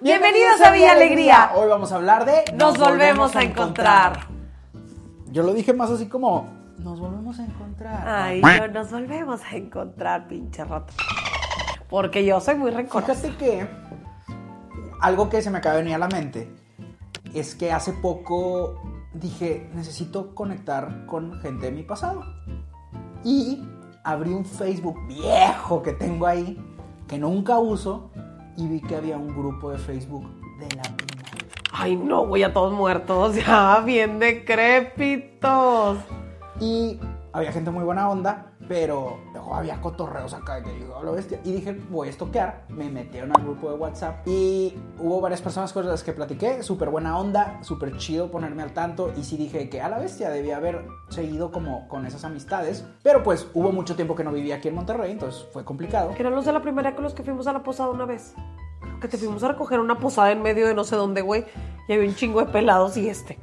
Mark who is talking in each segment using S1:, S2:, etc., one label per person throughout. S1: Bienvenidos a Villa Alegría.
S2: Hoy vamos a hablar de
S1: Nos volvemos a encontrar.
S2: Yo lo dije más así como nos volvemos a encontrar.
S1: Ay, yo- nos volvemos a encontrar, pinche rato. Porque yo soy muy rencorosa.
S2: Fíjate que algo que se me acaba de venir a la mente es que hace poco dije, necesito conectar con gente de mi pasado. Y abrí un Facebook viejo que tengo ahí, que nunca uso, y vi que había un grupo de Facebook de la primaria.
S1: Ay, no, güey, a todos muertos. Ya, bien decrépitos.
S2: Y había gente muy buena onda, pero luego había cotorreos acá de que digo, "A la bestia. Y dije, voy a estoquear. Me metieron al grupo de WhatsApp y hubo varias personas con las que platiqué. Súper buena onda, súper chido ponerme al tanto. Y sí dije que a la bestia debía haber seguido como con esas amistades. Pero pues hubo mucho tiempo que no vivía aquí en Monterrey, entonces fue complicado.
S1: Que eran los de la primaria con los que fuimos a la posada una vez. Que te fuimos a recoger una posada en medio de no sé dónde, güey. Y había un chingo de pelados y este.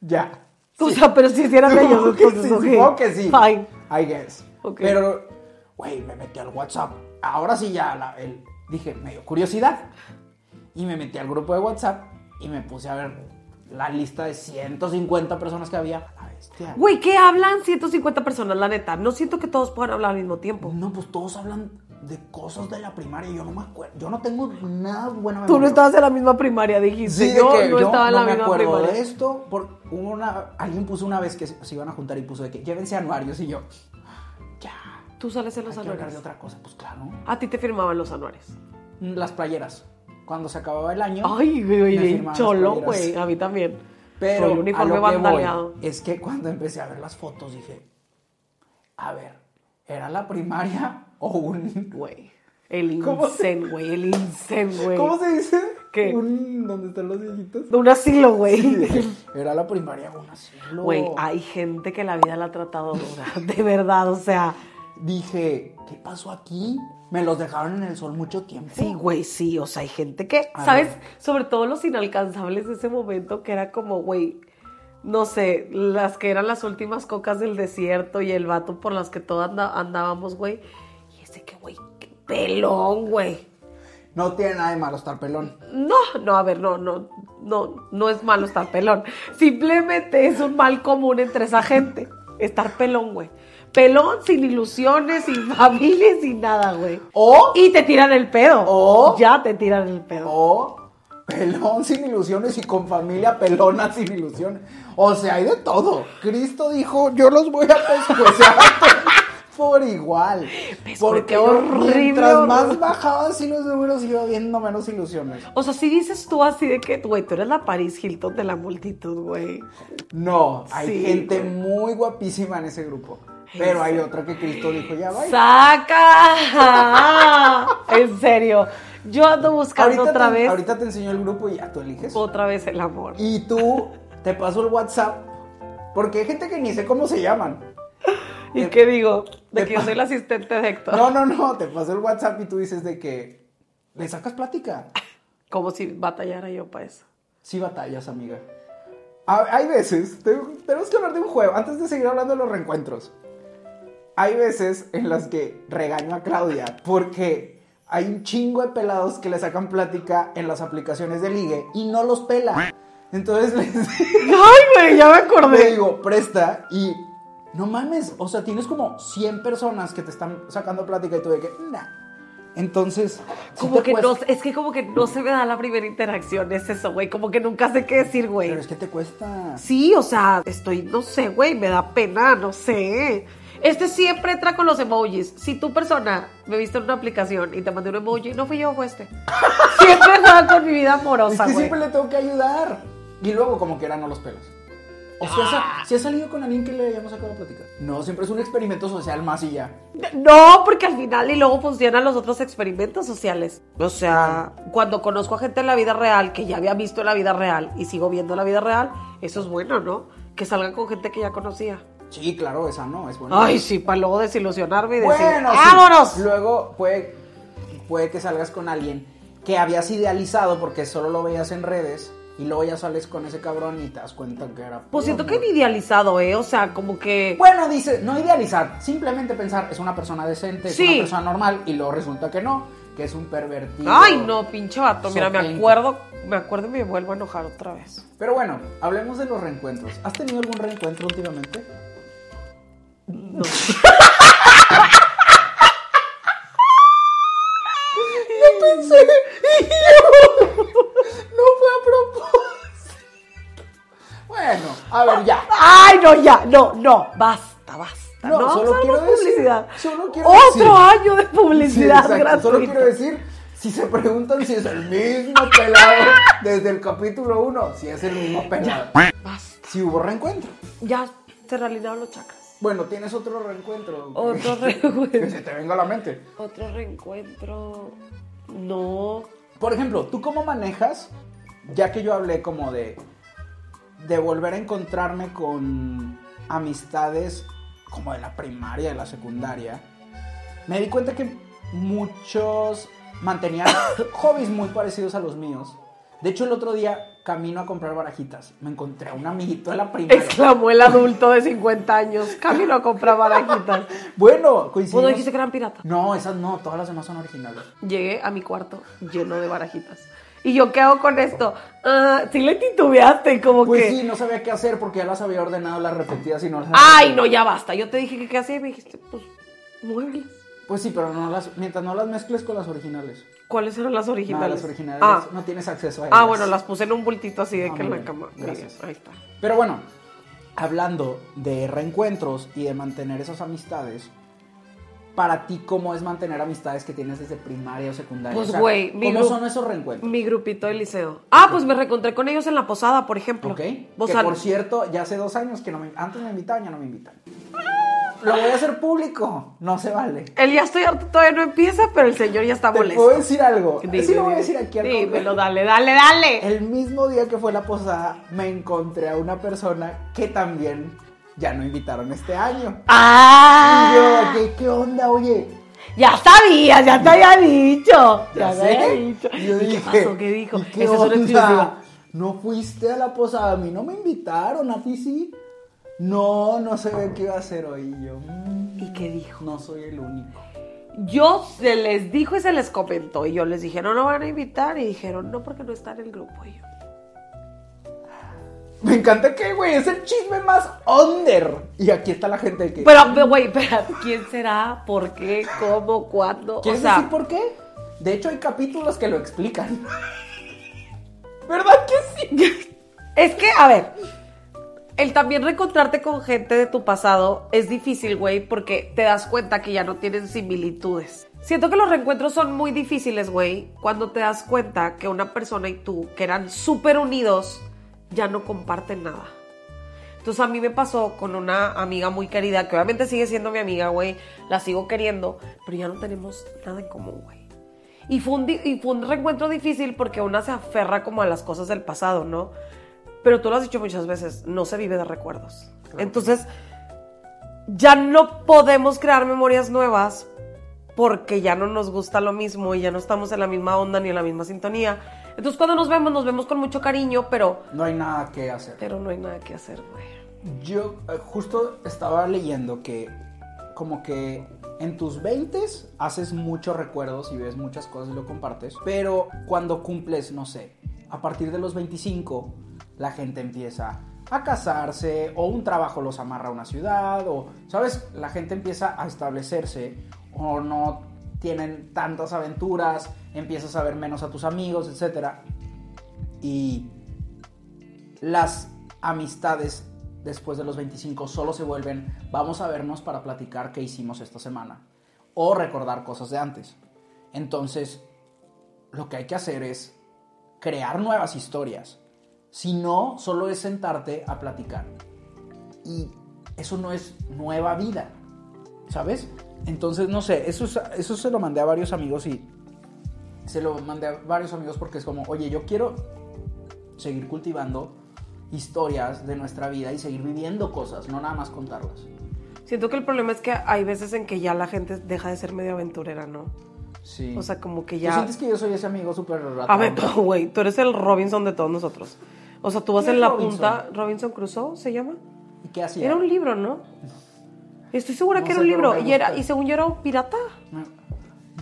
S2: Ya.
S1: O sea, pero si hicieran de ellos,
S2: Supongo que
S1: entonces,
S2: sí,
S1: ok.
S2: supongo que sí.
S1: Fine.
S2: I guess.
S1: Ok.
S2: Pero, güey, me metí al WhatsApp. Ahora sí ya, la- el- dije, me dio curiosidad. Y me metí al grupo de WhatsApp y me puse a ver la lista de 150 personas que había. A la bestia.
S1: Güey, ¿qué hablan 150 personas, la neta? No siento que todos puedan hablar al mismo tiempo.
S2: No, pues todos hablan de cosas de la primaria. Yo no me acuerdo. Yo no tengo nada buena memoria.
S1: Tú no estabas en la misma primaria, dijiste.
S2: Sí, de
S1: yo
S2: que
S1: no
S2: yo
S1: estaba en la
S2: me
S1: misma
S2: acuerdo
S1: primaria.
S2: de esto. Por hubo una, alguien puso una vez que se, se iban a juntar y puso de que llévense anuarios y yo, ya.
S1: Tú sales en los
S2: Hay que hablar
S1: anuarios.
S2: de otra cosa, pues claro.
S1: A ti te firmaban los anuarios.
S2: Las playeras. Cuando se acababa el año.
S1: Ay, güey,
S2: me
S1: bien
S2: firmaban las
S1: cholo,
S2: playeras.
S1: güey. A mí también.
S2: Pero
S1: Con el
S2: a
S1: uniforme
S2: lo que voy
S1: bandaleado.
S2: es que cuando empecé a ver las fotos dije, a ver, ¿era la primaria o un...
S1: Güey. El
S2: ¿Cómo se-
S1: incen, güey. El incen, güey.
S2: ¿Cómo se dice?
S1: ¿Qué?
S2: Un... ¿Dónde están los viejitos?
S1: De un asilo, güey.
S2: Era la primaria o un asilo.
S1: Güey, hay gente que la vida la ha tratado dura. De verdad, o sea.
S2: Dije, ¿qué pasó aquí? Me los dejaron en el sol mucho tiempo.
S1: Sí, güey, sí, o sea, hay gente que,
S2: A
S1: ¿sabes?
S2: ver.
S1: Sobre todo los inalcanzables de ese momento que era como, güey, no sé, las que eran las últimas cocas del desierto y el vato por las que todas anda- andábamos, güey. Y ese que, güey, qué pelón, güey.
S2: No tiene nada de malo estar pelón.
S1: No, no, a ver, no, no, no, no es malo estar pelón. Simplemente es un mal común entre esa gente, estar pelón, güey. Pelón sin ilusiones, sin familia, sin nada, güey.
S2: O-
S1: Y te tiran el pedo.
S2: O-
S1: Ya te tiran el pedo.
S2: O pelón sin ilusiones y con familia pelona sin ilusiones. O sea, hay de todo. Cristo dijo, yo los voy a pescuezar por igual.
S1: qué horrible,
S2: Mientras
S1: horror.
S2: más bajaban sí los números, iba viendo menos ilusiones.
S1: O sea, si dices tú así de que, güey, tú eres la Paris Hilton de la multitud, güey.
S2: No, hay
S1: Sí,
S2: gente
S1: güey.
S2: muy guapísima en ese grupo. Pero hay otra que Cristo dijo, ya va.
S1: ¡Saca! en serio. Yo ando buscando
S2: Ahorita
S1: otra
S2: te-
S1: vez,
S2: Ahorita te enseño el grupo y ya tú eliges.
S1: otra vez el amor.
S2: Y tú te paso el WhatsApp. Porque hay gente que ni sé cómo se llaman.
S1: ¿Y, qué digo? De
S2: te-
S1: que yo soy la asistente de Héctor.
S2: No, no, no, te pasó el WhatsApp y tú dices de que le sacas plática.
S1: Como si batallara yo para eso.
S2: Sí batallas, amiga. A- Hay veces, te- tenemos que hablar de un juego, antes de seguir hablando de los reencuentros. Hay veces en las que regaño a Claudia porque hay un chingo de pelados que le sacan plática en las aplicaciones de ligue y no los pela. Entonces les...
S1: ¡Ay, güey! Ya me
S2: Le
S1: acordé.
S2: digo, presta y no mames, o sea, tienes como 100 personas que te están sacando plática y tú de que, nah. Entonces, sí
S1: Como
S2: te
S1: que eh,
S2: cuesta-
S1: no, es que como que no se me da la primera interacción, es eso, güey. Como que nunca sé qué decir, güey.
S2: Pero es que te cuesta.
S1: Sí, o sea, estoy, no sé, güey, me da pena, no sé. Este siempre entra con los emojis. Si tu persona me viste en una aplicación y te mandé un emoji, no fui yo, fue este. Siempre juega con mi vida
S2: es
S1: amorosa,
S2: que
S1: güey.
S2: siempre le tengo que ayudar. Y luego como que eran no los pelos. O sea,
S1: Ah.
S2: sa- si ha salido con alguien que le hayamos sacado a platicar. No, siempre es un experimento social más y ya.
S1: No, porque al final y luego funcionan los otros experimentos sociales. O sea, cuando conozco a gente en la vida real que ya había visto en la vida real y sigo viendo en la vida real, eso es bueno, ¿no? Que salgan con gente que ya conocía.
S2: Sí, claro, esa no, es buena.
S1: Ay, sí, para luego desilusionarme y decir,
S2: Bueno, sí.
S1: ¡vámonos!
S2: Luego puede, puede que salgas con alguien que habías idealizado porque solo lo veías en redes y luego ya sales con ese cabrón y te das cuenta que era. puro
S1: Pues siento que
S2: amor.
S1: ni idealizado, ¿eh? O sea, como que...
S2: Bueno, dice, no idealizar, simplemente pensar, es una persona decente, es
S1: Sí.
S2: una persona normal y luego resulta que no, que es un pervertido.
S1: Ay, no, pinche vato. Mira, me
S2: Soplenco.
S1: acuerdo, me acuerdo y me vuelvo a enojar otra vez.
S2: Pero bueno, hablemos de los reencuentros. ¿Has tenido algún reencuentro últimamente? No. Lo pensé. Y yo, no fue a propósito. Bueno, a ver, ya.
S1: Ay, no, ya, no, no, basta, basta.
S2: No, solo
S1: No, solo
S2: quiero decir-
S1: publicidad.
S2: solo quiero
S1: Otro
S2: decir-
S1: año de
S2: Sí,
S1: publicidad
S2: exacto.
S1: gratuita.
S2: Solo quiero decir, si se preguntan si es el mismo pelado desde el capítulo 1, si es el mismo pelado.
S1: Basta.
S2: Si hubo reencuentro.
S1: Ya se realizaron los chakras.
S2: Bueno, tienes otro reencuentro.
S1: Otro
S2: Que
S1: reencuentro.
S2: se te venga a la mente.
S1: Otro reencuentro. No.
S2: Por ejemplo, ¿tú cómo manejas? Ya que yo hablé como de. de volver a encontrarme con amistades como de la primaria, de la secundaria. Me di cuenta que muchos mantenían hobbies muy parecidos a los míos. De hecho, el otro día camino a comprar barajitas. Me encontré a un amiguito de la primaria.
S1: Exclamó el adulto de 50 años. Camino a comprar barajitas.
S2: Bueno,
S1: ¿O Pues no
S2: coincidimos.
S1: dijiste que eran piratas?
S2: No, esas no, todas las demás son originales.
S1: Llegué a mi cuarto lleno de barajitas. ¿Y yo qué hago con esto? Ah, sí le titubeaste, como
S2: Pues
S1: que...
S2: sí, no sabía qué hacer porque ya las había ordenado las repetidas y no las
S1: Ay, no, ya basta. Yo te dije que qué hacía y me dijiste, pues, muebles.
S2: Pues sí, pero no las, mientras no las mezcles con las originales.
S1: ¿Cuáles eran las
S2: No,
S1: originales?
S2: las originales
S1: Ah,
S2: no tienes acceso a ellas.
S1: ah, bueno, las puse en un bultito así de
S2: Ah,
S1: que en
S2: muy
S1: la
S2: bien.
S1: cama. Muy
S2: Gracias.
S1: bien, ahí está.
S2: Pero bueno, hablando de reencuentros y de mantener esas amistades, para ti, ¿cómo es mantener amistades que tienes desde primaria o secundaria?
S1: Pues,
S2: O sea,
S1: güey, mi
S2: ¿Cómo
S1: gru-
S2: son esos reencuentros?
S1: Mi grupito de liceo. Ah, pues me reencontré con ellos en la posada, por ejemplo.
S2: ¿Ok?
S1: O
S2: que
S1: sea,
S2: por cierto, ya hace dos años que no me... Antes me invitaban, ya no me invitan. Lo voy a hacer público. No se vale.
S1: el ya estoy harto todavía no empieza, pero el señor ya está
S2: ¿Te
S1: molesto.
S2: puedo decir algo?
S1: Dime,
S2: sí lo voy a
S1: dime.
S2: decir aquí al
S1: Dímelo, dale, dale, dale.
S2: El mismo día que fue la posada, me encontré a una persona que también ya no invitaron este año. Y yo,
S1: ¡Ah!
S2: ¿qué, qué onda, oye?
S1: Ya sabía, ya te había dicho.
S2: Ya
S1: te había
S2: sé.
S1: dicho.
S2: Y yo
S1: ¿Y
S2: dije,
S1: ¿Qué pasó? ¿Qué dijo?
S2: ¿y
S1: Esa
S2: qué
S1: es una
S2: onda?
S1: exclusiva.
S2: No fuiste a la posada, a mí no me invitaron, a ti sí. No, no sabía qué iba a hacer hoy. Y yo, mm,
S1: ¿Y qué dijo?
S2: no soy el único.
S1: Yo se les dijo y se les comentó. Y yo les dije, no, no van a invitar. Y dijeron, no, porque no está en el grupo. Y yo,
S2: Me encanta que, güey, es el chisme más under. Y aquí está la gente que...
S1: pero, pero, güey, espera, ¿quién será? ¿Por qué? ¿Cómo? ¿Cuándo? O
S2: ¿Quieres
S1: sea,
S2: decir por qué? De hecho, hay capítulos que lo explican. ¿Verdad que sí?
S1: es que, a ver, el también reencontrarte con gente de tu pasado es difícil, güey, porque te das cuenta que ya no tienen similitudes. Siento que los reencuentros son muy difíciles, güey, cuando te das cuenta que una persona y tú, que eran súper unidos, ya no comparten nada. Entonces a mí me pasó con una amiga muy querida, que obviamente sigue siendo mi amiga, güey, la sigo queriendo, pero ya no tenemos nada en común, güey. Y fue, un di- y fue un reencuentro difícil porque una se aferra como a las cosas del pasado, ¿no? Pero tú lo has dicho muchas veces, no se vive de recuerdos. Entonces, ya no podemos crear memorias nuevas porque ya no nos gusta lo mismo y ya no estamos en la misma onda ni en la misma sintonía. Entonces, cuando nos vemos, nos vemos con mucho cariño, pero,
S2: No hay nada que hacer.
S1: pero no hay nada que hacer, güey.
S2: Yo eh, justo estaba leyendo que como que en tus 20 haces muchos recuerdos y ves muchas cosas y lo compartes, pero cuando cumples, no sé, a partir de los 25, la gente empieza a casarse o un trabajo los amarra a una ciudad o, ¿sabes? La gente empieza a establecerse o no tienen tantas aventuras, empiezas a ver menos a tus amigos, etcétera. Y las amistades después de los 25 solo se vuelven, vamos a vernos para platicar qué hicimos esta semana o recordar cosas de antes. Entonces, lo que hay que hacer es crear nuevas historias, Si no, solo es sentarte a platicar. Y eso no es nueva vida, ¿sabes? Entonces, no sé, eso, es- eso se lo mandé a varios amigos y se lo mandé a varios amigos porque es como, oye, yo quiero seguir cultivando historias de nuestra vida y seguir viviendo cosas, no nada más contarlas.
S1: Siento que el problema es que hay veces en que ya la gente deja de ser medio aventurera, ¿no?
S2: Sí.
S1: O sea, como que
S2: ¿Tú
S1: ya...
S2: sientes que yo soy ese amigo súper ratón?
S1: A ver, pero, güey, tú eres el Robinson de todos nosotros. O sea, tú vas
S2: ¿Quién
S1: en
S2: es
S1: la
S2: Robinson?
S1: punta. ¿Robinson Crusoe se llama?
S2: ¿Y qué hacía?
S1: Era un libro, ¿no? Estoy segura
S2: No
S1: que era
S2: sé,
S1: un
S2: pero
S1: libro.
S2: me
S1: Y, era,
S2: gusta.
S1: y según yo era un pirata.
S2: No.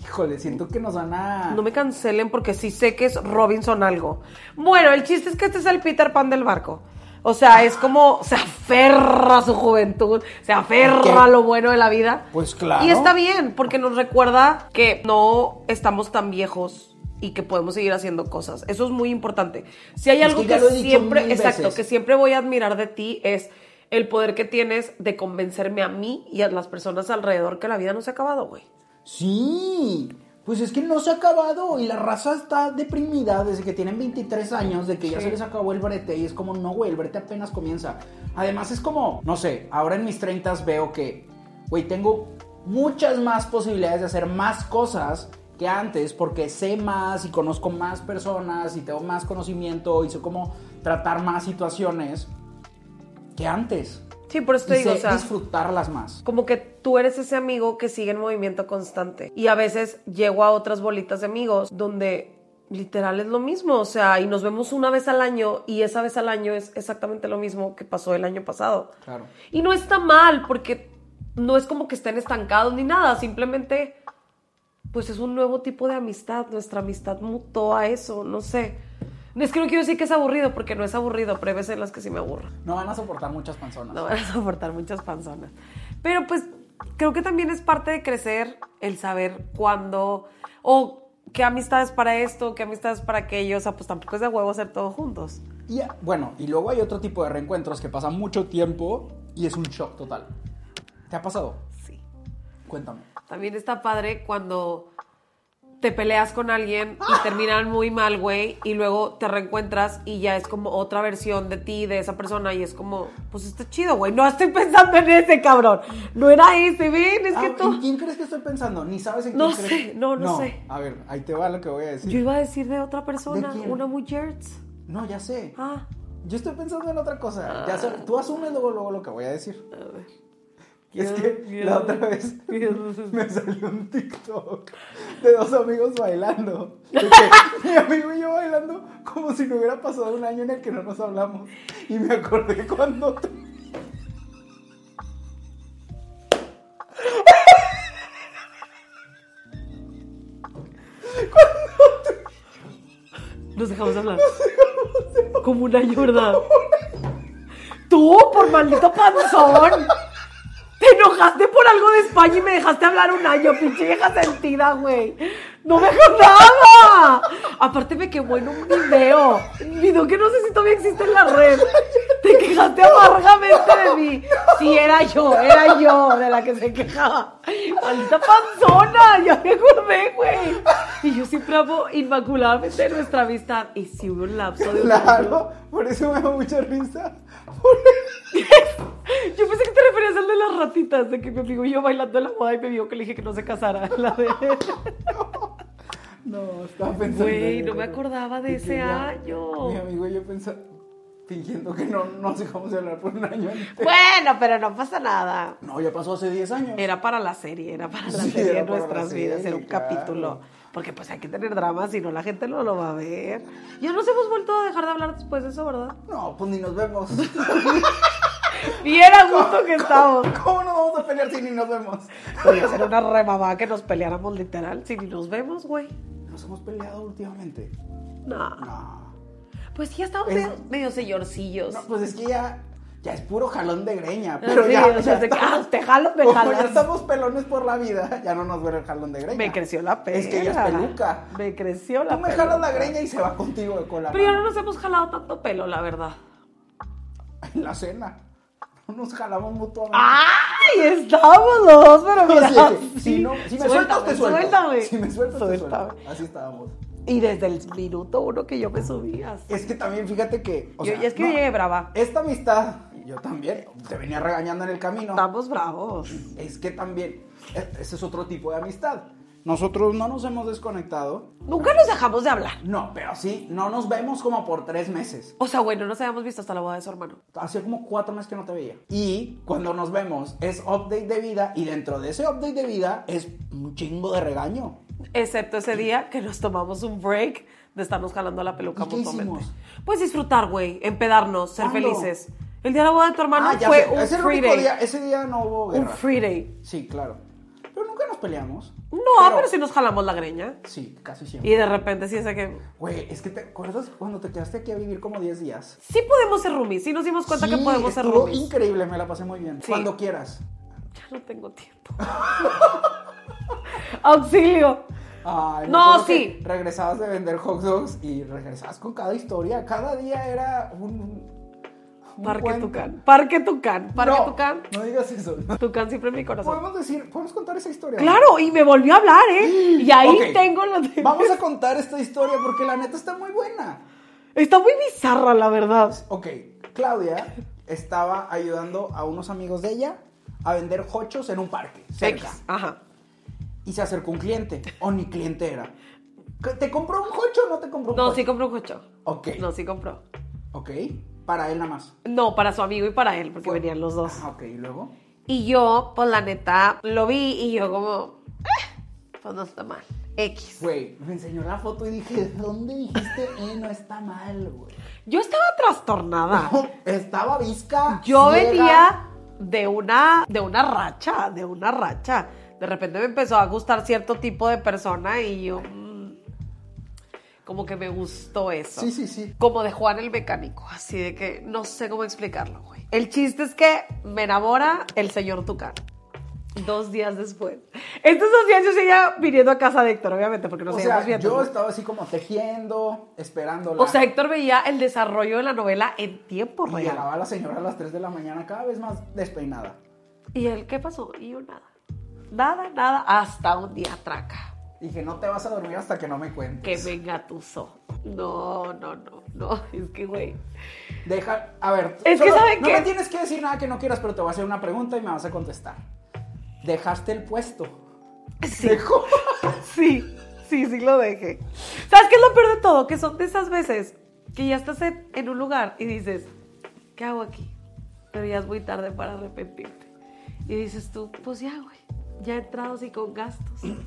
S2: Híjole, siento que nos van a...
S1: No me cancelen porque sí sé que es Robinson algo. Bueno, el chiste es que este es el Peter Pan del barco. O sea, es como se aferra a su juventud, se aferra
S2: ¿Qué?
S1: a lo bueno de la vida.
S2: Pues claro.
S1: Y está bien, porque nos recuerda que no estamos tan viejos y que podemos seguir haciendo cosas. Eso es muy importante. Si hay
S2: Es
S1: algo
S2: que
S1: que,
S2: ya lo he dicho
S1: siempre,
S2: mil
S1: exacto,
S2: veces.
S1: que siempre voy a admirar de ti es el poder que tienes de convencerme a mí y a las personas alrededor que la vida no se ha acabado, güey.
S2: Sí, pues es que no se ha acabado y la raza está deprimida desde que tienen 23 años, de que ya se les acabó el brete y es como, no, güey, el brete apenas comienza. Además es como, no sé, ahora en mis 30 veo que, güey, tengo muchas más posibilidades de hacer más cosas que antes porque sé más y conozco más personas y tengo más conocimiento y sé cómo tratar más situaciones que antes.
S1: Sí, por eso te
S2: Y
S1: digo,
S2: sé
S1: o sea,
S2: disfrutarlas más.
S1: como que tú eres ese amigo que sigue en movimiento constante. Y a veces llego a otras bolitas de amigos donde literal es lo mismo, o sea, y nos vemos una vez al año y esa vez al año es exactamente lo mismo que pasó el año pasado.
S2: Claro.
S1: Y no está mal porque no es como que estén estancados ni nada, simplemente pues es un nuevo tipo de amistad, nuestra amistad mutó a eso, no sé. Es que no quiero decir que es aburrido porque no es aburrido, pero hay veces en las que sí me aburro.
S2: No van a soportar muchas personas.
S1: No van a soportar muchas panzonas. Pero pues creo que también es parte de crecer el saber cuándo o qué amistades para esto, qué amistades para aquello. O sea, pues tampoco es de huevo hacer todo juntos.
S2: Y bueno, y luego hay otro tipo de reencuentros que pasa mucho tiempo y es un shock total. ¿Te ha pasado?
S1: Sí.
S2: Cuéntame.
S1: También está padre cuando te peleas con alguien y terminan muy mal, güey, y luego te reencuentras y ya es como otra versión de ti, de esa persona, y es como, pues está chido, güey, no estoy pensando en ese cabrón, no era ese, ven, es que
S2: Ah, ¿En
S1: tú...
S2: quién crees que estoy pensando? Ni sabes en
S1: No
S2: quién crees.
S1: sé, no, no sé.
S2: A ver, ahí te va lo que voy a decir.
S1: Yo iba a decir de otra persona,
S2: ¿De quién?
S1: una muy jerks.
S2: No, ya sé.
S1: Ah,
S2: Yo estoy pensando en otra cosa. Ya sé. Tú asumes luego, luego lo que voy a decir.
S1: a ver.
S2: Y es que
S1: Ya,
S2: la
S1: ya,
S2: otra vez
S1: ya.
S2: me salió un TikTok de dos amigos bailando. De que mi amigo y yo bailando como si no hubiera pasado un año en el que no nos hablamos. Y me acordé cuando. tú-
S1: Nos dejamos hablar. Como un año, ¿verdad? Tú, por maldito panzón. Te enojaste por algo de España y me dejaste hablar un año, pinche vieja sentida, güey. No me acordaba. Aparte me quemó en un video. Un video que no sé si todavía existe en la red. Te quejaste amargamente de mí. Sí, era yo, era yo de la que se quejaba. Maldita panzona, ya me acordé, güey. Y yo siempre amo inmaculadamente nuestra amistad. Y si hubo un lapso de un año.
S2: Claro, por eso me da mucha risa. Por-
S1: Yo pensé que te referías al de las ratitas, de que mi amigo y yo bailando en la moda y me vio que le dije que no se casara. La de...
S2: No, estaba pensando.
S1: Güey,
S2: en
S1: no me
S2: otro.
S1: acordaba
S2: Y
S1: de
S2: que
S1: ese
S2: ya
S1: año.
S2: Mi amigo y yo pensando, fingiendo que no nos dejamos de hablar por un año. antes.
S1: Bueno, pero no pasa nada.
S2: No, ya pasó hace 10 años.
S1: Era para la serie, era para la
S2: Sí,
S1: serie
S2: era
S1: de
S2: para la
S1: nuestras
S2: serie,
S1: vidas, era un
S2: claro.
S1: capítulo. Porque pues hay que tener drama, si no la gente no lo va a ver. Ya nos hemos vuelto a dejar de hablar después de eso, ¿verdad?
S2: No, pues ni nos vemos.
S1: Bien a gusto que estamos.
S2: ¿Cómo nos vamos a pelear si ni nos vemos?
S1: Podría ser una remamá que nos peleáramos literal, si ni nos vemos, güey.
S2: Nos hemos peleado últimamente.
S1: No.
S2: No.
S1: Pues sí, ya estamos
S2: Es-
S1: medio, medio señorcillos.
S2: No, pues es que ya, ya es puro jalón de greña. Pero
S1: Sí,
S2: ya.
S1: o sea,
S2: ya
S1: de que,
S2: estamos-
S1: ah, te jalo, me
S2: como
S1: jalas.
S2: Ya estamos pelones por la vida. Ya no nos duele el jalón de greña.
S1: Me creció la pera.
S2: Es que ya es peluca.
S1: Me creció la
S2: Tú me
S1: pera.
S2: jalas la greña y se va contigo de cola.
S1: Pero ya
S2: mano.
S1: no nos hemos jalado tanto pelo, la verdad.
S2: En la cena. No nos jalamos mutuamente.
S1: Ah, ¡Ay! Estamos los dos, pero
S2: Así
S1: mira.
S2: que, si, no, si me sueltas, te suelto.
S1: Suéltame.
S2: Si me sueltas, te
S1: Suéltame.
S2: suelto. Así estábamos.
S1: Y desde el minuto uno que yo me subía.
S2: Es que también fíjate que. o
S1: Yo-
S2: sea,
S1: y es que
S2: no,
S1: yo llegué brava.
S2: Esta amistad, yo también, te venía regañando en el camino.
S1: Estamos bravos.
S2: Es que también, e- ese es otro tipo de amistad. Nosotros no nos hemos desconectado.
S1: Nunca nos dejamos de hablar.
S2: No, pero sí, no nos vemos como por tres meses.
S1: O sea, bueno, nos habíamos visto hasta la boda de su hermano.
S2: Hacía como cuatro meses que no te veía. Y cuando nos vemos es update de vida y dentro de ese update de vida es un chingo de regaño.
S1: Excepto ese día que nos tomamos un break de estarnos jalando la peluca
S2: ¿Y qué
S1: mutuamente.
S2: hicimos?
S1: Pues disfrutar, güey, empedarnos, ser
S2: ¿Cuándo?
S1: felices. El día de la boda de tu hermano
S2: Ah, ya
S1: fue
S2: sé,
S1: un
S2: es el
S1: free
S2: único
S1: day.
S2: día- ese día no hubo
S1: un
S2: guerra.
S1: free day.
S2: Sí, claro. Pero nunca nos peleamos.
S1: No, pero, si nos jalamos la greña.
S2: Sí, casi
S1: Y
S2: siempre.
S1: de repente sí es de que.
S2: Güey, es que te acuerdas cuando te quedaste aquí a vivir como 10 días.
S1: Sí podemos ser roomies, sí nos dimos cuenta que
S2: Sí,
S1: podemos ser
S2: estuvo
S1: roomies.
S2: increíble, me la pasé muy bien.
S1: Sí.
S2: Cuando quieras.
S1: Ya no tengo tiempo. Auxilio.
S2: Ay, me
S1: No,
S2: acuerdo que
S1: sí.
S2: Regresabas de vender hot dogs y regresabas con cada historia. Cada día era un. un
S1: Parque
S2: cuento.
S1: Tucán. Parque Tucán. Parque
S2: no,
S1: Tucán.
S2: No digas eso.
S1: Tucán siempre en mi corazón.
S2: Podemos decir, podemos contar esa historia.
S1: Claro, y me volvió a hablar, ¿eh? Y ahí
S2: Ok.
S1: tengo lo de...
S2: Vamos a contar esta historia porque la neta está muy buena.
S1: Está muy bizarra, la verdad.
S2: Ok, Claudia estaba ayudando a unos amigos de ella a vender hochos en un parque cerca.
S1: X. Ajá.
S2: Y se acercó un cliente, o ni cliente era. ¿Te compró un hocho o no te compró un
S1: No,
S2: hocho?
S1: sí compró un cocho.
S2: Ok.
S1: No, sí compró.
S2: Ok, para él nada más.
S1: No, para su amigo y para él, porque venían los dos.
S2: Ah, ok, ¿y luego?
S1: Y yo, pues la neta, lo vi y yo como... "Ah, Pues no está mal. X.
S2: Güey, me enseñó la foto y dije, ¿dónde dijiste? Eh, no está mal, güey.
S1: Yo estaba trastornada.
S2: Estaba visca.
S1: Yo
S2: ciega.
S1: venía de una, de una racha, de una racha. De repente me empezó a gustar cierto tipo de persona y yo... mm, como que me gustó eso.
S2: Sí, sí, sí.
S1: Como de Juan el mecánico, así de que no sé cómo explicarlo, güey. El chiste es que me enamora el señor Tucán. Dos días después. Estos dos días yo seguía viniendo a casa de Héctor, obviamente, porque nos
S2: O
S1: seguíamos
S2: sea,
S1: viendo.
S2: yo estaba así como tejiendo, esperando.
S1: O sea, Héctor veía el desarrollo de la novela en tiempo
S2: y
S1: real.
S2: llegaba la señora a las 3 de la mañana, cada vez más despeinada.
S1: ¿Y él qué pasó? Y yo nada. Nada, nada, hasta un día traca.
S2: Dije, no te vas a dormir hasta que no me
S1: Que
S2: cuentes.
S1: me engatusó. No, no, no, no. Es que, güey.
S2: Deja, a ver.
S1: Es que, ¿saben
S2: no
S1: qué?
S2: me tienes que decir nada que no quieras, pero te voy a hacer una pregunta y me vas a contestar. Dejaste el puesto.
S1: Sí.
S2: Dejó.
S1: Sí, sí, sí lo dejé. ¿Sabes qué es lo peor de todo? Que son de esas veces que ya estás en, en un lugar y dices, ¿qué hago aquí? Pero ya es muy tarde para arrepentirte. Y dices tú, pues ya, güey, ya entrados y con gastos.
S2: A mí,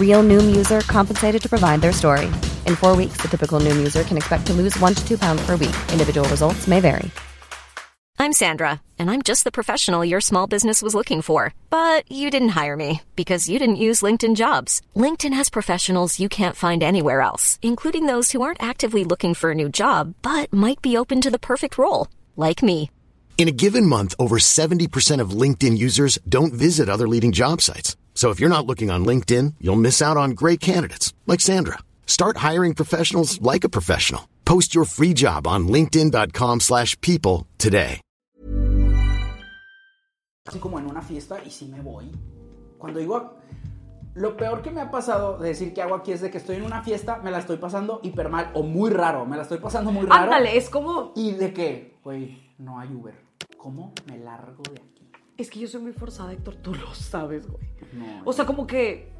S3: Real Noom user compensated to provide their story. In four weeks, the typical Noom user can expect to lose one to two pounds per week. Individual results may vary.
S4: I'm Sandra, and I'm just the professional your small business was looking for. But you didn't hire me because you didn't use LinkedIn jobs. LinkedIn has professionals you can't find anywhere else, including those who aren't actively looking for a new job but might be open to the perfect role, like me.
S5: In a given month, over 70% of LinkedIn users don't visit other leading job sites. So if you're not looking on LinkedIn, you'll miss out on great candidates like Sandra. Start hiring professionals like a professional. Post your free job on linkedin.com/people slash people today.
S2: así como en una fiesta y sí me voy. Cuando digo, lo peor que me ha pasado de decir que hago aquí es de que estoy en una fiesta, me la estoy pasando hiper mal o muy raro, me la estoy pasando muy raro.
S1: Ándale, es como.
S2: Y de que, güey, no hay Uber. ¿Cómo me largo de aquí?
S1: Es que yo soy muy forzada, Héctor, tú lo sabes, güey.
S2: No.
S1: O sea, como que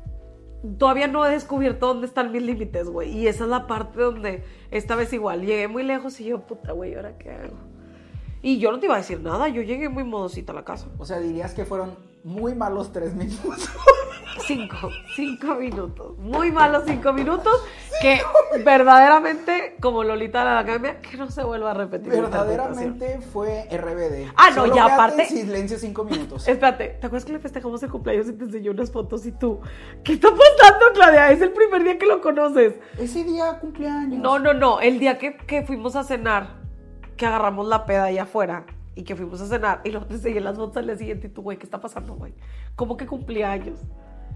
S1: todavía no he descubierto dónde están mis límites, güey. Y esa es la parte donde esta vez igual llegué muy lejos y yo, puta, güey, ¿ahora qué hago? Y yo no te iba a decir nada, yo llegué muy modosita a la casa.
S2: O sea, dirías que fueron muy malos tres minutos.
S1: Cinco, cinco minutos. Muy malos cinco minutos que verdaderamente como Lolita de la Academia, que no se vuelva a repetir. esta tentación.
S2: Verdaderamente fue RBD.
S1: Ah, no,
S2: Solo
S1: ya
S2: quédate
S1: aparte-
S2: en silencio cinco minutos.
S1: Espérate, ¿te acuerdas que le festejamos el cumpleaños y te enseñó unas fotos y tú? ¿Qué está pasando, Claudia? Es el primer día que lo conoces.
S2: Ese día cumpleaños.
S1: No, no, no. El día que, que fuimos a cenar, que agarramos la peda allá afuera y que fuimos a cenar y luego te seguí las fotos al día siguiente y tú, güey, ¿qué está pasando, güey? ¿Cómo que cumplía años?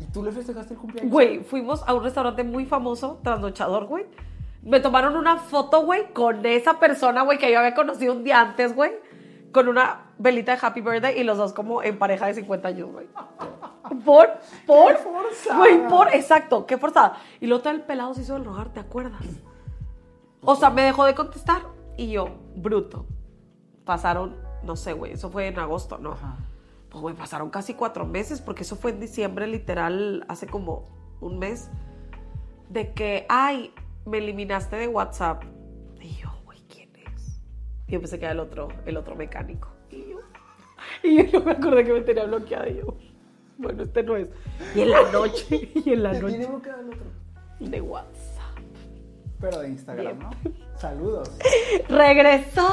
S2: ¿Y tú le festejaste el cumpleaños?
S1: Güey, fuimos a un restaurante muy famoso, trasnochador, güey. Me tomaron una foto, güey, con esa persona, güey, que yo había conocido un día antes, güey. Con una velita de Happy Birthday y los dos como en pareja de 50 años, güey. Por, por.
S2: ¡Qué forzada!
S1: Güey, por, exacto, qué forzada. Y luego todo el pelado se hizo el rogar, ¿te acuerdas? O sea, me dejó de contestar y yo, bruto. Pasaron, no sé, güey, eso fue en agosto, ¿no? Pues, güey, pasaron casi cuatro meses, porque eso fue en diciembre, literal, hace como un mes, de que, ay, me eliminaste de WhatsApp. Y yo, güey, ¿quién es? Y yo pensé que era el otro, el otro mecánico. Y yo, y yo no me acordé que me tenía bloqueada. Y yo, bueno, este no es. Y en la noche, y en la
S2: Te tiene
S1: noche,
S2: bloqueado el otro.
S1: de WhatsApp.
S2: Pero de Instagram, ¿no? Saludos.
S1: Regresó,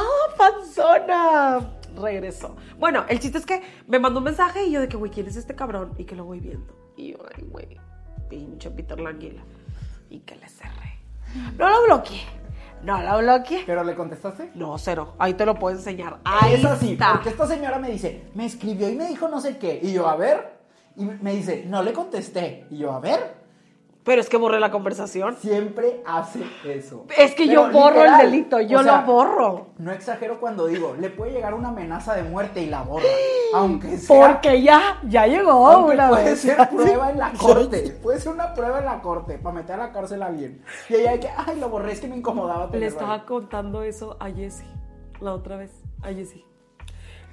S1: panzona. Regresó. Bueno, el chiste es que me mandó un mensaje y yo de que, güey, ¿quién es este cabrón? Y que lo voy viendo. Y yo, ay, güey, pinche Peter Languila. Y que le cerré. No lo bloqueé. No lo bloqueé.
S2: ¿Pero le contestaste?
S1: No, cero. Ahí te lo puedo enseñar. Ahí
S2: es así,
S1: está.
S2: porque esta señora me dice, me escribió y me dijo no sé qué. Y yo, a ver. Y me dice, no le contesté. Y yo, a ver.
S1: Pero es que borré la conversación.
S2: Siempre hace eso.
S1: Es que yo
S2: Pero
S1: borro
S2: literal,
S1: el delito.
S2: o
S1: Yo
S2: sea,
S1: lo borro.
S2: No exagero cuando digo, le puede llegar una amenaza de muerte y la borra. Aunque sea.
S1: Porque ya, ya llegó
S2: aunque
S1: una
S2: puede
S1: vez.
S2: ser prueba en la corte. Puede ser una prueba en la corte para meter a la cárcel a alguien. Y ella de que, ay, lo borré, es que me incomodaba.
S1: Le
S2: tenerlo ahí".
S1: estaba contando eso a Jessie, la otra vez, a Jessie.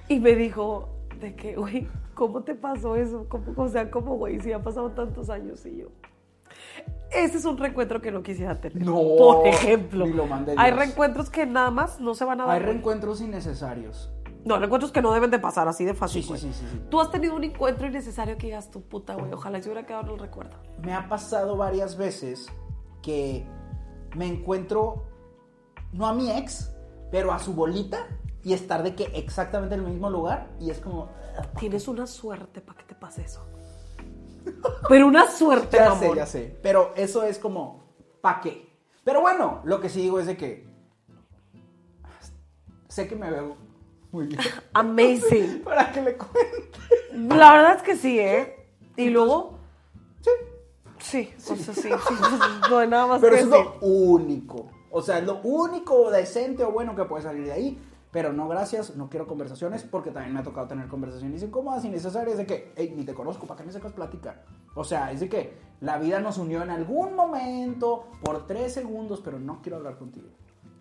S1: Y me dijo de que, güey, ¿cómo te pasó eso? ¿Cómo- o sea, ¿cómo, güey? Si ha pasado tantos años y yo. Ese es un reencuentro que no quisiera tener.
S2: No,
S1: Por ejemplo,
S2: ni lo mande
S1: hay
S2: Dios.
S1: reencuentros que nada más no se van a dar.
S2: Hay
S1: güey.
S2: reencuentros innecesarios.
S1: No, reencuentros que no deben de pasar así de
S2: Sí,
S1: fácil.
S2: sí,
S1: güey.
S2: sí, sí, sí.
S1: Tú has tenido un encuentro innecesario que digas tu puta, güey. Ojalá yo hubiera quedado en el recuerdo.
S2: me ha pasado varias veces que me encuentro, no a mi ex, pero a su bolita y estar de que exactamente en el mismo lugar y es como,
S1: Tienes una suerte para que te pase eso. Pero una suerte,
S2: ya
S1: mamón.
S2: sé, ya sé, pero eso es como, ¿pa' qué? Pero bueno, lo que sí digo es de que sé que me veo muy bien.
S1: Amazing.
S2: ¿Para que le cuente?
S1: La verdad es que sí, ¿eh? Y
S2: pues,
S1: luego,
S2: Sí,
S1: sí, o sea, sí, sí, no hay nada más
S2: pero
S1: que
S2: eso es
S1: decir.
S2: lo único. O sea, es lo único decente o bueno que puede salir de ahí. Pero no, gracias, no quiero conversaciones porque también me ha tocado tener conversaciones incómodas, innecesarias, de que, hey, ni te conozco, ¿para qué me sacas plática? O sea, es de que la vida nos unió en algún momento por tres segundos, pero no quiero hablar contigo.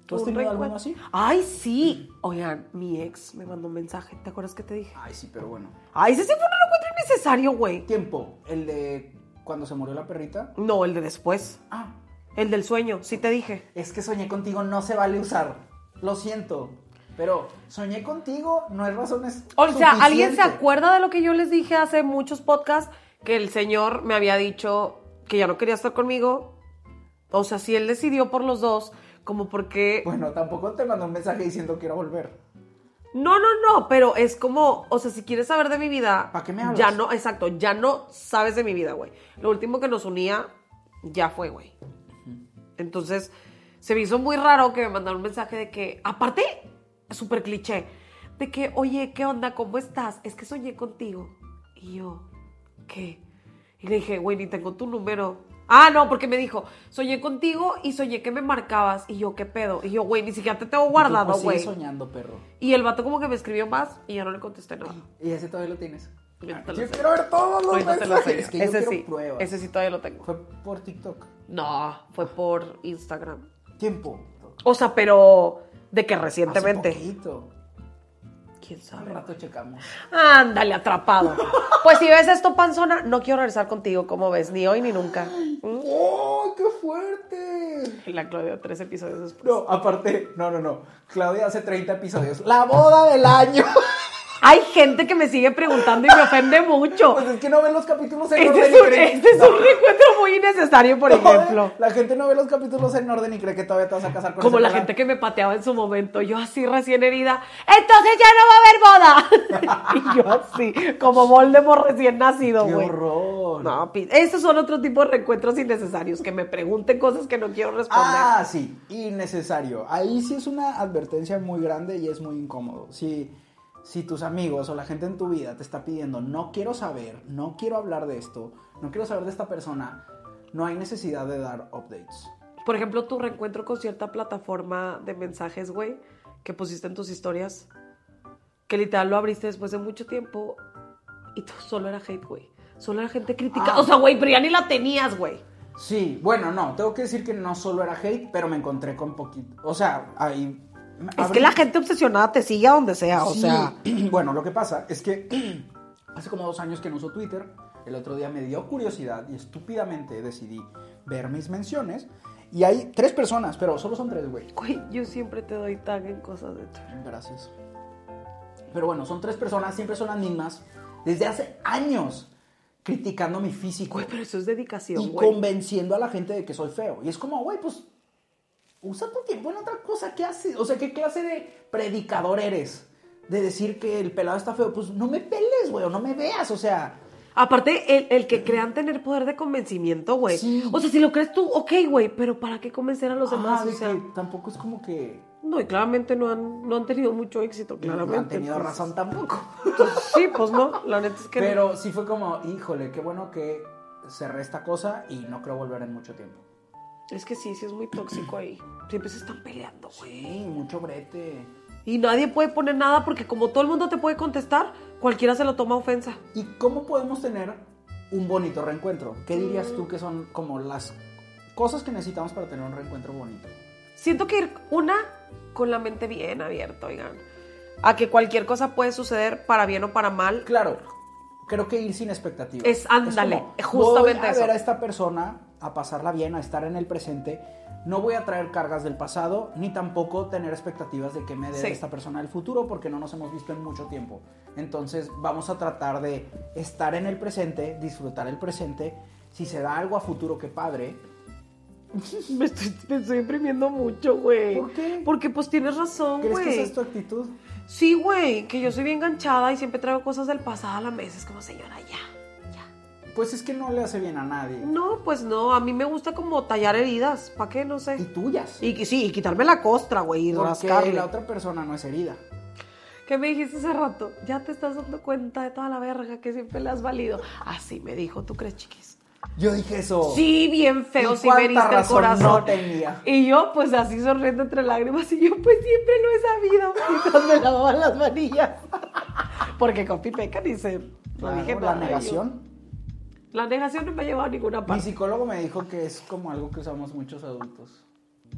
S2: ¿Tú has
S1: Un
S2: tenido
S1: reencuentro.
S2: alguno así?
S1: Ay, sí. Oigan, mi ex me mandó un mensaje. ¿Te acuerdas que te dije?
S2: Ay, sí, pero bueno.
S1: Ay, ese sí fue un encuentro innecesario, güey.
S2: Tiempo, el de cuando se murió la perrita.
S1: No, el de después.
S2: Ah,
S1: El del sueño, sí te dije.
S2: Es que soñé contigo no se vale usar. Lo siento. Pero soñé contigo no es razones.
S1: O sea, ¿alguien se
S2: suficiente.
S1: acuerda de lo que yo les dije hace muchos podcasts? Que el señor me había dicho que ya no quería estar conmigo. O sea, si él decidió por los dos, como porque
S2: Bueno, tampoco te mandó un mensaje diciendo quiero volver.
S1: No, no, no, pero es como, o sea, si quieres saber de mi vida,
S2: ¿Pa' qué me hablas?
S1: Ya no, exacto, ya no sabes de mi vida, güey. Lo último que nos unía ya fue, güey. Entonces, se me hizo muy raro que me mandaron un mensaje de que, aparte, súper cliché, de que, oye, ¿qué onda? ¿Cómo estás? Es que soñé contigo. Y yo, ¿qué? Y le dije, güey, ni tengo tu número. Ah, no, porque me dijo, soñé contigo y soñé que me marcabas. Y yo, ¿qué pedo? Y yo, güey, ni siquiera te tengo guardado,
S2: Pues sigue
S1: güey.
S2: soñando, perro.
S1: Y el vato como que me escribió más y ya no le contesté nada.
S2: Y ese todavía lo tienes.
S1: Yo te lo
S2: Yo
S1: sé.
S2: quiero ver todos los
S1: Ahorita te lo
S2: mensajes. pues, Es
S1: enseño.
S2: que yo
S1: ese
S2: quiero
S1: sí,
S2: pruebas.
S1: ese sí todavía lo tengo.
S2: Fue por TikTok.
S1: No, fue por Instagram.
S2: Tiempo.
S1: O sea, pero de que
S2: Hace
S1: recientemente.
S2: poquito.
S1: ¿Quién
S2: Al
S1: sabe?
S2: rato checamos.
S1: Ándale, atrapado. Pues si ves esto, panzona, no quiero regresar contigo, como ves, ni hoy ni nunca.
S2: ¡Oh, qué fuerte!
S1: La Claudia, tres episodios después.
S2: No, aparte, no, no, no. Claudia hace 30 episodios. ¡La boda del año!
S1: Hay gente que me sigue preguntando y me ofende mucho.
S2: Pues es que no ven los capítulos en
S1: Este
S2: orden
S1: es un,
S2: y creen-
S1: este es un reencuentro muy innecesario, por
S2: No,
S1: ejemplo.
S2: La gente no ve los capítulos en orden y cree que todavía te vas a casar con
S1: Como
S2: ese
S1: la
S2: galán.
S1: gente que me pateaba en su momento, yo así recién herida, entonces ya no va a haber boda. y yo así, como Voldemort recién nacido,
S2: ¡Qué
S1: güey.
S2: horror!
S1: No, pi- esos son otro tipo de reencuentros innecesarios, que me pregunten cosas que no quiero responder.
S2: Ah, sí, innecesario. Ahí sí es una advertencia muy grande y es muy incómodo. Si, si tus amigos o la gente en tu vida te está pidiendo, no quiero saber, no quiero hablar de esto, no quiero saber de esta persona, no hay necesidad de dar updates.
S1: Por ejemplo, tu reencuentro con cierta plataforma de mensajes, güey, que pusiste en tus historias, que literal lo abriste después de mucho tiempo y tú solo era hate, güey. Solo era gente criticada.
S2: Ah.
S1: O sea, güey, pero ya ni la tenías, güey.
S2: Sí, bueno, no, tengo que decir que no solo era hate, pero me encontré con poquito. O sea, ahí.
S1: Es que la gente obsesionada te sigue a donde sea, o
S2: Sí.
S1: sea.
S2: bueno, lo que pasa es que hace como dos años que no uso Twitter. El otro día me dio curiosidad y estúpidamente decidí ver mis menciones. Y hay tres personas, pero solo son tres, güey.
S1: Güey, yo siempre te doy tag en cosas de Twitter.
S2: Gracias. Pero bueno, son tres personas, siempre son las mismas. Desde hace años criticando mi físico
S1: Güey, pero eso es dedicación,
S2: y
S1: güey.
S2: convenciendo a la gente de que soy feo. Y es como, güey, pues usa tu tiempo en otra cosa. ¿Qué haces? O sea, ¿qué clase de predicador eres? De decir que el pelado está feo. Pues no me peles, güey, o no me veas. O sea,
S1: Aparte, el, el que crean tener poder de convencimiento, güey.
S2: Sí.
S1: O sea, si lo crees tú, ok, güey, pero ¿para qué convencer a los demás?
S2: ah,
S1: O
S2: de
S1: sea,
S2: que tampoco es como que
S1: no, y claramente no han, no han tenido mucho éxito, claramente.
S2: no han tenido
S1: pues.
S2: razón tampoco.
S1: Sí, pues no, la neta es que no.
S2: Pero sí fue como, híjole, qué bueno que cerré esta cosa y no creo volver en mucho tiempo.
S1: Es que sí, sí es muy tóxico ahí. Siempre se están peleando, güey.
S2: Sí, mucho brete.
S1: Y nadie puede poner nada porque como todo el mundo te puede contestar, cualquiera se lo toma ofensa.
S2: ¿Y cómo podemos tener un bonito reencuentro? ¿Qué dirías
S1: Mm.
S2: tú que son como las cosas que necesitamos para tener un reencuentro bonito?
S1: Siento que ir una con la mente bien abierta, oigan. A que cualquier cosa puede suceder para bien o para mal.
S2: Claro, creo que ir sin expectativas.
S1: Es- ándale,
S2: como,
S1: justamente
S2: voy a
S1: eso.
S2: ver a esta persona a pasarla bien, a estar en el presente. No voy a traer cargas del pasado, ni tampoco tener expectativas de que me dé
S1: Sí.
S2: esta persona el futuro, porque no nos hemos visto en mucho tiempo. Entonces, vamos a tratar de estar en el presente, disfrutar el presente. Si se da algo a futuro, qué padre.
S1: Me estoy, me estoy imprimiendo mucho, güey.
S2: ¿Por qué?
S1: Porque pues tienes razón,
S2: ¿Crees
S1: güey.
S2: que esa es tu actitud?
S1: Sí, güey, que yo soy bien enganchada y siempre traigo cosas del pasado a la mesa. Es como, señora, ya.
S2: Pues es que no le hace bien a nadie.
S1: No, pues no, a mí me gusta como tallar heridas, ¿para qué? No
S2: Y
S1: sé.
S2: tuyas.
S1: Y, que sí, y quitarme la costra, güey, y
S2: porque
S1: rascarle.
S2: la otra persona no es herida.
S1: ¿Qué me dijiste hace rato? Ya te estás dando cuenta de toda la verga que siempre le has valido. Así me dijo, ¿tú crees, chiquis?
S2: Yo dije eso.
S1: Sí, bien feo,
S2: ¿Y
S1: sí me
S2: cuánta
S1: heriste el
S2: razón
S1: corazón.
S2: no tenía?
S1: Y yo, pues así sonriendo entre lágrimas, y yo, pues siempre lo he sabido. Mientras me lavaban las manillas. Porque con pipeca ni se...
S2: Claro,
S1: no dije
S2: la
S1: nada. yo.
S2: negación.
S1: La negación no me ha llevado a ninguna
S2: Mi
S1: parte.
S2: psicólogo me dijo que es como algo que usamos muchos adultos.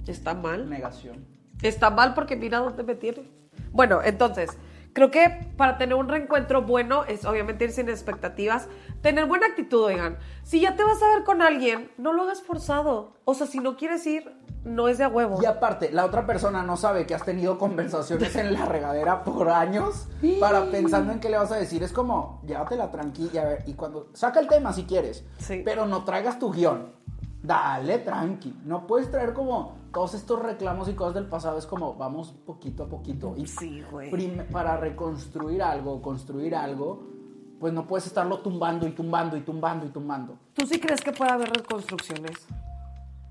S1: Está mal.
S2: Negación.
S1: Está mal porque mira dónde me tiene. Bueno, entonces, creo que para tener un reencuentro bueno es obviamente ir sin expectativas, tener buena actitud, oigan. Si ya te vas a ver con alguien, no lo hagas forzado. O sea, si no quieres ir, no es de a huevo.
S2: Y aparte, la otra persona no sabe que has tenido conversaciones en la regadera por años para pensando en qué le vas a decir. Es como, llévatela tranquila. A ver, y cuando. Saca el tema si quieres.
S1: Sí.
S2: Pero no traigas tu guión. Dale, tranqui. No puedes traer como todos estos reclamos y cosas del pasado. Es como, vamos poquito a poquito. Y
S1: Sí, güey.
S2: prim- Para reconstruir algo, construir algo, pues no puedes estarlo tumbando y tumbando y tumbando y tumbando.
S1: ¿Tú sí crees que puede haber reconstrucciones?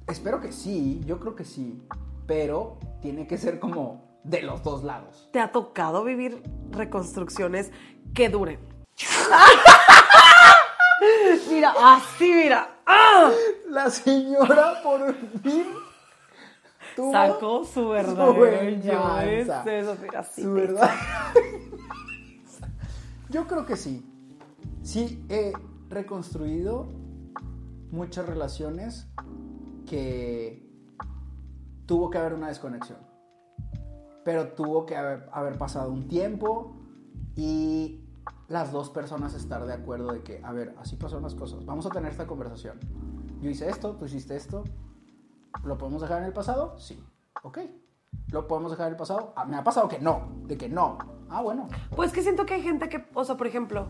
S2: Espero que sí, yo creo que sí, pero tiene que ser como de los dos lados.
S1: ¿Te ha tocado vivir reconstrucciones que duren? mira, así, mira. ¡Ah!
S2: La señora por fin tuvo
S1: Sacó su verdadero yo. Es
S2: venganza.
S1: eso, mira, así.
S2: su verdad. yo creo que sí. Sí he reconstruido muchas relaciones que tuvo que haber una desconexión. Pero tuvo que haber, haber pasado un tiempo y las dos personas estar de acuerdo de que, a ver, así pasaron las cosas. Vamos a tener esta conversación. Yo hice esto, tú hiciste esto. ¿Lo podemos dejar en el pasado? Sí. Ok. ¿Lo podemos dejar en el pasado? Ah, me ha pasado que no, de que no. Ah, bueno.
S1: Pues que siento que hay gente que, o sea, por ejemplo,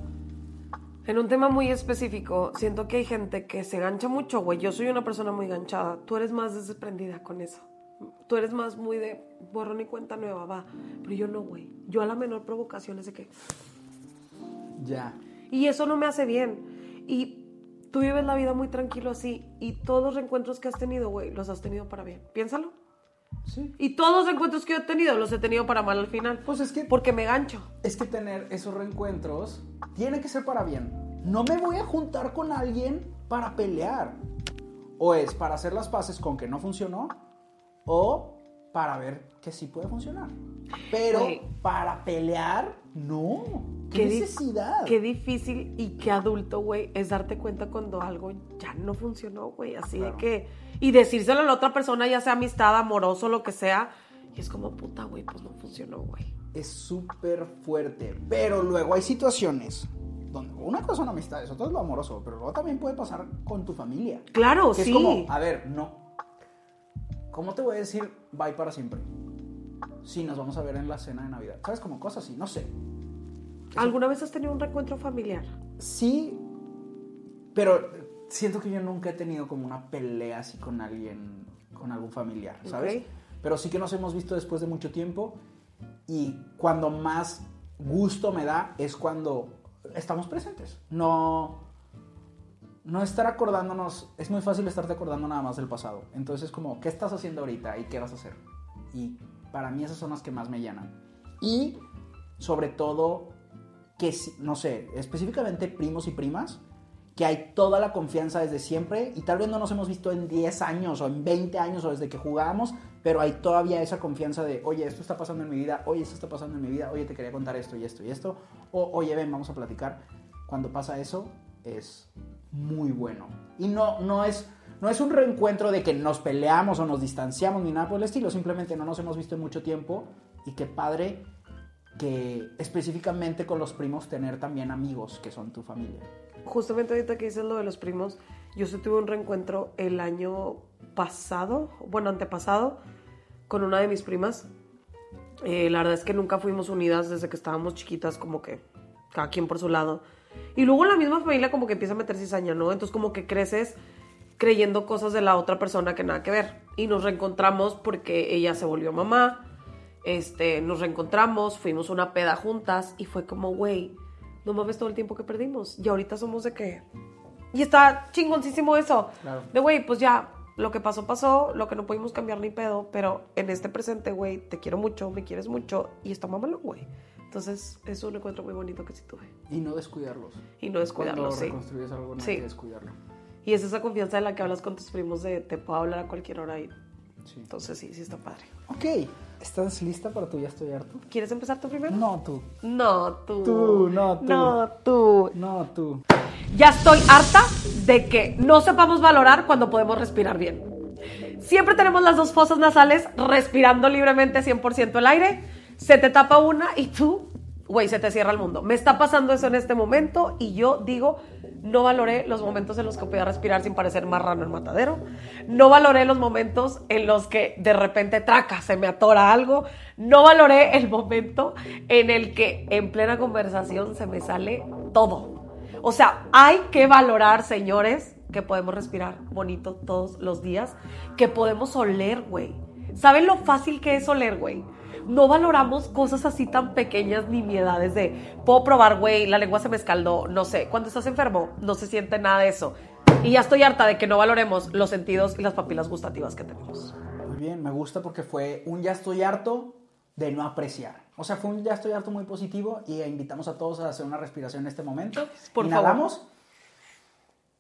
S1: en un tema muy específico, siento que hay gente que se gancha mucho, güey. Yo soy una persona muy ganchada. Tú eres más desprendida con eso. Tú eres más muy de borrón y cuenta nueva, va. Pero yo no, güey. Yo a la menor provocación es de que.
S2: Ya.
S1: Y eso no me hace bien. Y tú vives la vida muy tranquilo así. Y todos los reencuentros que has tenido, güey, los has tenido para bien. Piénsalo.
S2: Sí.
S1: Y todos los encuentros que yo he tenido los he tenido para mal al final.
S2: Pues es que-
S1: Porque me gancho.
S2: Es que tener esos reencuentros tiene que ser para bien. No me voy a juntar con alguien para pelear. O es para hacer las paces con que no funcionó, o para ver que sí puede funcionar. Pero
S1: Güey.
S2: para pelear, no. ¿Qué,
S1: di-
S2: necesidad?
S1: Qué difícil y qué adulto, güey, es darte cuenta cuando algo ya no funcionó, güey. Así de que. Y decírselo a la otra persona, ya sea amistad, amoroso, lo que sea. Y es como, puta, güey, pues no funcionó, güey.
S2: es súper fuerte. Pero luego hay situaciones donde una cosa son amistades, otra es lo amoroso, pero luego también puede pasar con tu familia.
S1: Claro,
S2: Que
S1: sí.
S2: Es como, a ver, no. ¿Cómo te voy a decir bye para siempre? Si nos vamos a ver en la cena de Navidad. ¿Sabes? Como cosas así, no sé.
S1: ¿Alguna vez has tenido un reencuentro familiar?
S2: Sí, pero siento que yo nunca he tenido como una pelea así con alguien, con algún familiar, ¿sabes?
S1: Ok.
S2: Pero sí que nos hemos visto después de mucho tiempo y cuando más gusto me da es cuando estamos presentes. No, no estar acordándonos, es muy fácil estarte acordando nada más del pasado. Entonces como, ¿qué estás haciendo ahorita y qué vas a hacer? Y para mí esas son las que más me llenan. Y sobre todo, que, si- no sé, específicamente primos y primas, que hay toda la confianza desde siempre y tal vez no nos hemos visto en 10 años o en 20 años o desde que jugábamos, pero hay todavía esa confianza de, oye, esto está pasando en mi vida, oye, esto está pasando en mi vida, oye, te quería contar esto y esto y esto, o oye, ven, vamos a platicar. Cuando pasa eso, es muy bueno. Y no, no es... No es un reencuentro de que nos peleamos o nos distanciamos ni nada por el estilo, simplemente no nos hemos visto en mucho tiempo y qué padre que específicamente con los primos tener también amigos que son tu familia.
S1: Justamente ahorita que dices lo de los primos, yo sí tuve un reencuentro el año pasado, bueno, antepasado, con una de mis primas. Eh, la verdad es que nunca fuimos unidas desde que estábamos chiquitas, como que cada quien por su lado. Y luego la misma familia como que empieza a meter cizaña, ¿no? Entonces como que creces creyendo cosas de la otra persona que nada que ver. Y nos reencontramos porque ella se volvió mamá, este, nos reencontramos, fuimos una peda juntas y fue como, güey, no mames todo el tiempo que perdimos. Y ahorita somos de que... Y está chingoncísimo eso.
S2: Claro.
S1: De, güey, pues ya, lo que pasó, pasó, lo que no pudimos cambiar ni pedo, pero en este presente, güey, te quiero mucho, me quieres mucho y está mamalo, güey. Entonces, es un encuentro muy bonito que sí tuve.
S2: Y no descuidarlos.
S1: Y no descuidarlo,
S2: Cuando
S1: sí.
S2: reconstruyes algo, no
S1: Sí.
S2: hay que descuidarlo.
S1: Y es esa confianza de la que hablas con tus primos de te puedo hablar a cualquier hora y
S2: Sí.
S1: entonces sí, sí está padre.
S2: Ok, ¿estás lista para tu ya estoy harto?
S1: ¿Quieres empezar tú primero?
S2: No, tú.
S1: No, tú.
S2: Tú, no, tú.
S1: No, tú.
S2: No, tú.
S1: Ya estoy harta de que no sepamos valorar cuando podemos respirar bien. Siempre tenemos las dos fosas nasales respirando libremente 100% el aire. Se te tapa una y tú, güey, se te cierra el mundo. Me está pasando eso en este momento y yo digo, no valoré los momentos en los que podía respirar sin parecer marrano en matadero. No valoré los momentos en los que de repente traca, se me atora algo. No valoré el momento en el que en plena conversación se me sale todo. O sea, hay que valorar, señores, que podemos respirar bonito todos los días, que podemos oler, güey. ¿Saben lo fácil que es oler, güey? No valoramos cosas así tan pequeñas, nimiedades de, puedo probar, güey, la lengua se me escaldó, no sé. Cuando estás enfermo, no se siente nada de eso. Y ya estoy harta de que no valoremos los sentidos y las papilas gustativas que tenemos.
S2: Muy bien, me gusta porque fue un ya estoy harto de no apreciar. O sea, fue un ya estoy harto muy positivo y invitamos a todos a hacer una respiración en este momento.
S1: Por favor.
S2: Inhalamos.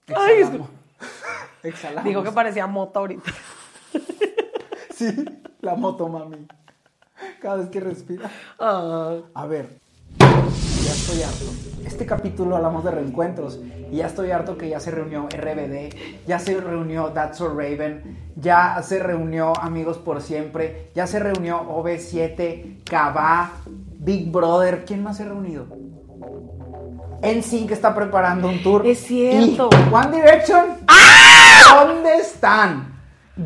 S1: Ay, es-
S2: Exhalamos. Exhalamos.
S1: Digo que parecía moto ahorita.
S2: Sí, la moto, mami. Cada vez que respira.
S1: Ah.
S2: A ver, ya estoy harto. Este capítulo hablamos de reencuentros y ya estoy harto que ya se reunió RBD, ya se reunió That's So Raven, ya se reunió Amigos por Siempre, ya se reunió OB7, Cabá, Big Brother. ¿Quién más se ha reunido? NSYNC está preparando un tour.
S1: Es cierto.
S2: Y One Direction. ¿Dónde están?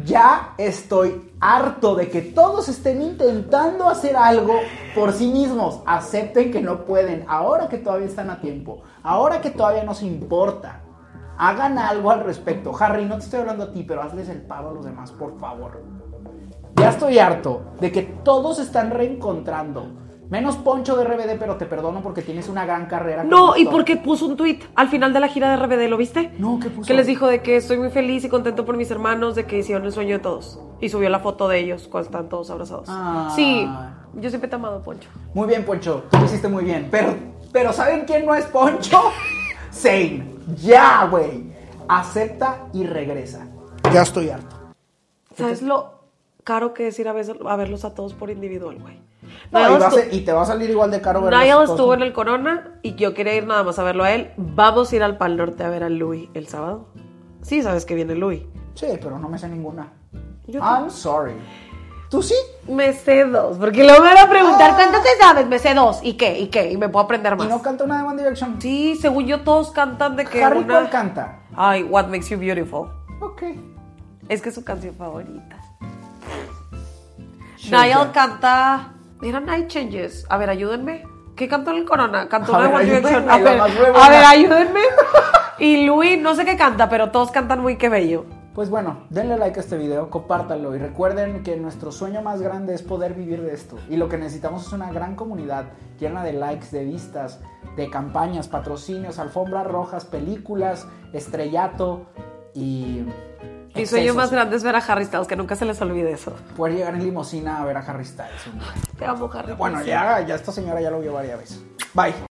S2: Ya estoy harto de que todos estén intentando hacer algo por sí mismos. Acepten que no pueden. Ahora que todavía están a tiempo. Ahora que todavía nos importa. Hagan algo al respecto. Harry, no te estoy hablando a ti, pero hazles el paro a los demás, por favor. Ya estoy harto de que todos se están reencontrando. Menos Poncho de RBD, pero te perdono porque tienes una gran carrera. como
S1: No, y
S2: actor.
S1: porque puso un tweet al final de la gira de RBD, ¿lo viste?
S2: No, ¿qué puso?
S1: Que les dijo de que estoy muy feliz y contento por mis hermanos, de que hicieron el sueño de todos. Y subió la foto de ellos cuando están todos abrazados.
S2: Ah.
S1: Sí, yo siempre te he amado, Poncho.
S2: Muy bien, Poncho, tú lo hiciste muy bien. Pero, pero ¿saben quién no es Poncho? Zane. Ya, güey. Acepta y regresa. Ya estoy harto.
S1: ¿Sabes lo caro que es ir a, ves- a verlos a todos por individual, güey?
S2: No,
S1: Nada
S2: y,
S1: más
S2: va a
S1: tú-
S2: ser- y te va a salir igual de caro verlos
S1: Niall
S2: todos.
S1: estuvo en el Corona y yo quería ir nada más a verlo a él. Vamos a ir al Pal Norte a ver a Louis el sábado. Sí, sabes que viene Louis.
S2: Sí, pero no me sé ninguna.
S1: Yo
S2: I'm sorry. ¿Tú sí?
S1: Me sé dos, porque luego me van a preguntar cuánto te sabes. Me sé dos. ¿Y qué? ¿Y qué? Y me puedo aprender
S2: Ah. ¿Y
S1: más.
S2: no canta una de One Direction?
S1: Pues- Sí, según yo todos cantan de que
S2: Harry
S1: una-
S2: cuál canta.
S1: Ay, What Makes You Beautiful.
S2: Ok.
S1: Es que es su canción favorita.
S2: Sure,
S1: Niall
S2: yeah.
S1: canta... Mira, Night Changes. A ver, ayúdenme. ¿Qué cantó en el Corona? Cantó
S2: A
S1: una
S2: ver,
S1: de One Direction.
S2: ayúdenme,
S1: A
S2: la
S1: ver,
S2: más nueva.
S1: a ver, ayúdenme. Y Louis, no sé qué canta, pero todos cantan muy que bello.
S2: Pues bueno, denle like a este video, compártanlo y recuerden que nuestro sueño más grande es poder vivir de esto. Y lo que necesitamos es una gran comunidad llena de likes, de vistas, de campañas, patrocinios, alfombras rojas, películas, estrellato y...
S1: Mi sueño
S2: excesos.
S1: más grande es ver a Harry Styles, que nunca se les olvide eso.
S2: Poder llegar en limusina a ver a Harry Styles. un día.
S1: Te amo, Harry.
S2: Bueno, ya, ya esta señora ya lo vio varias veces. Bye.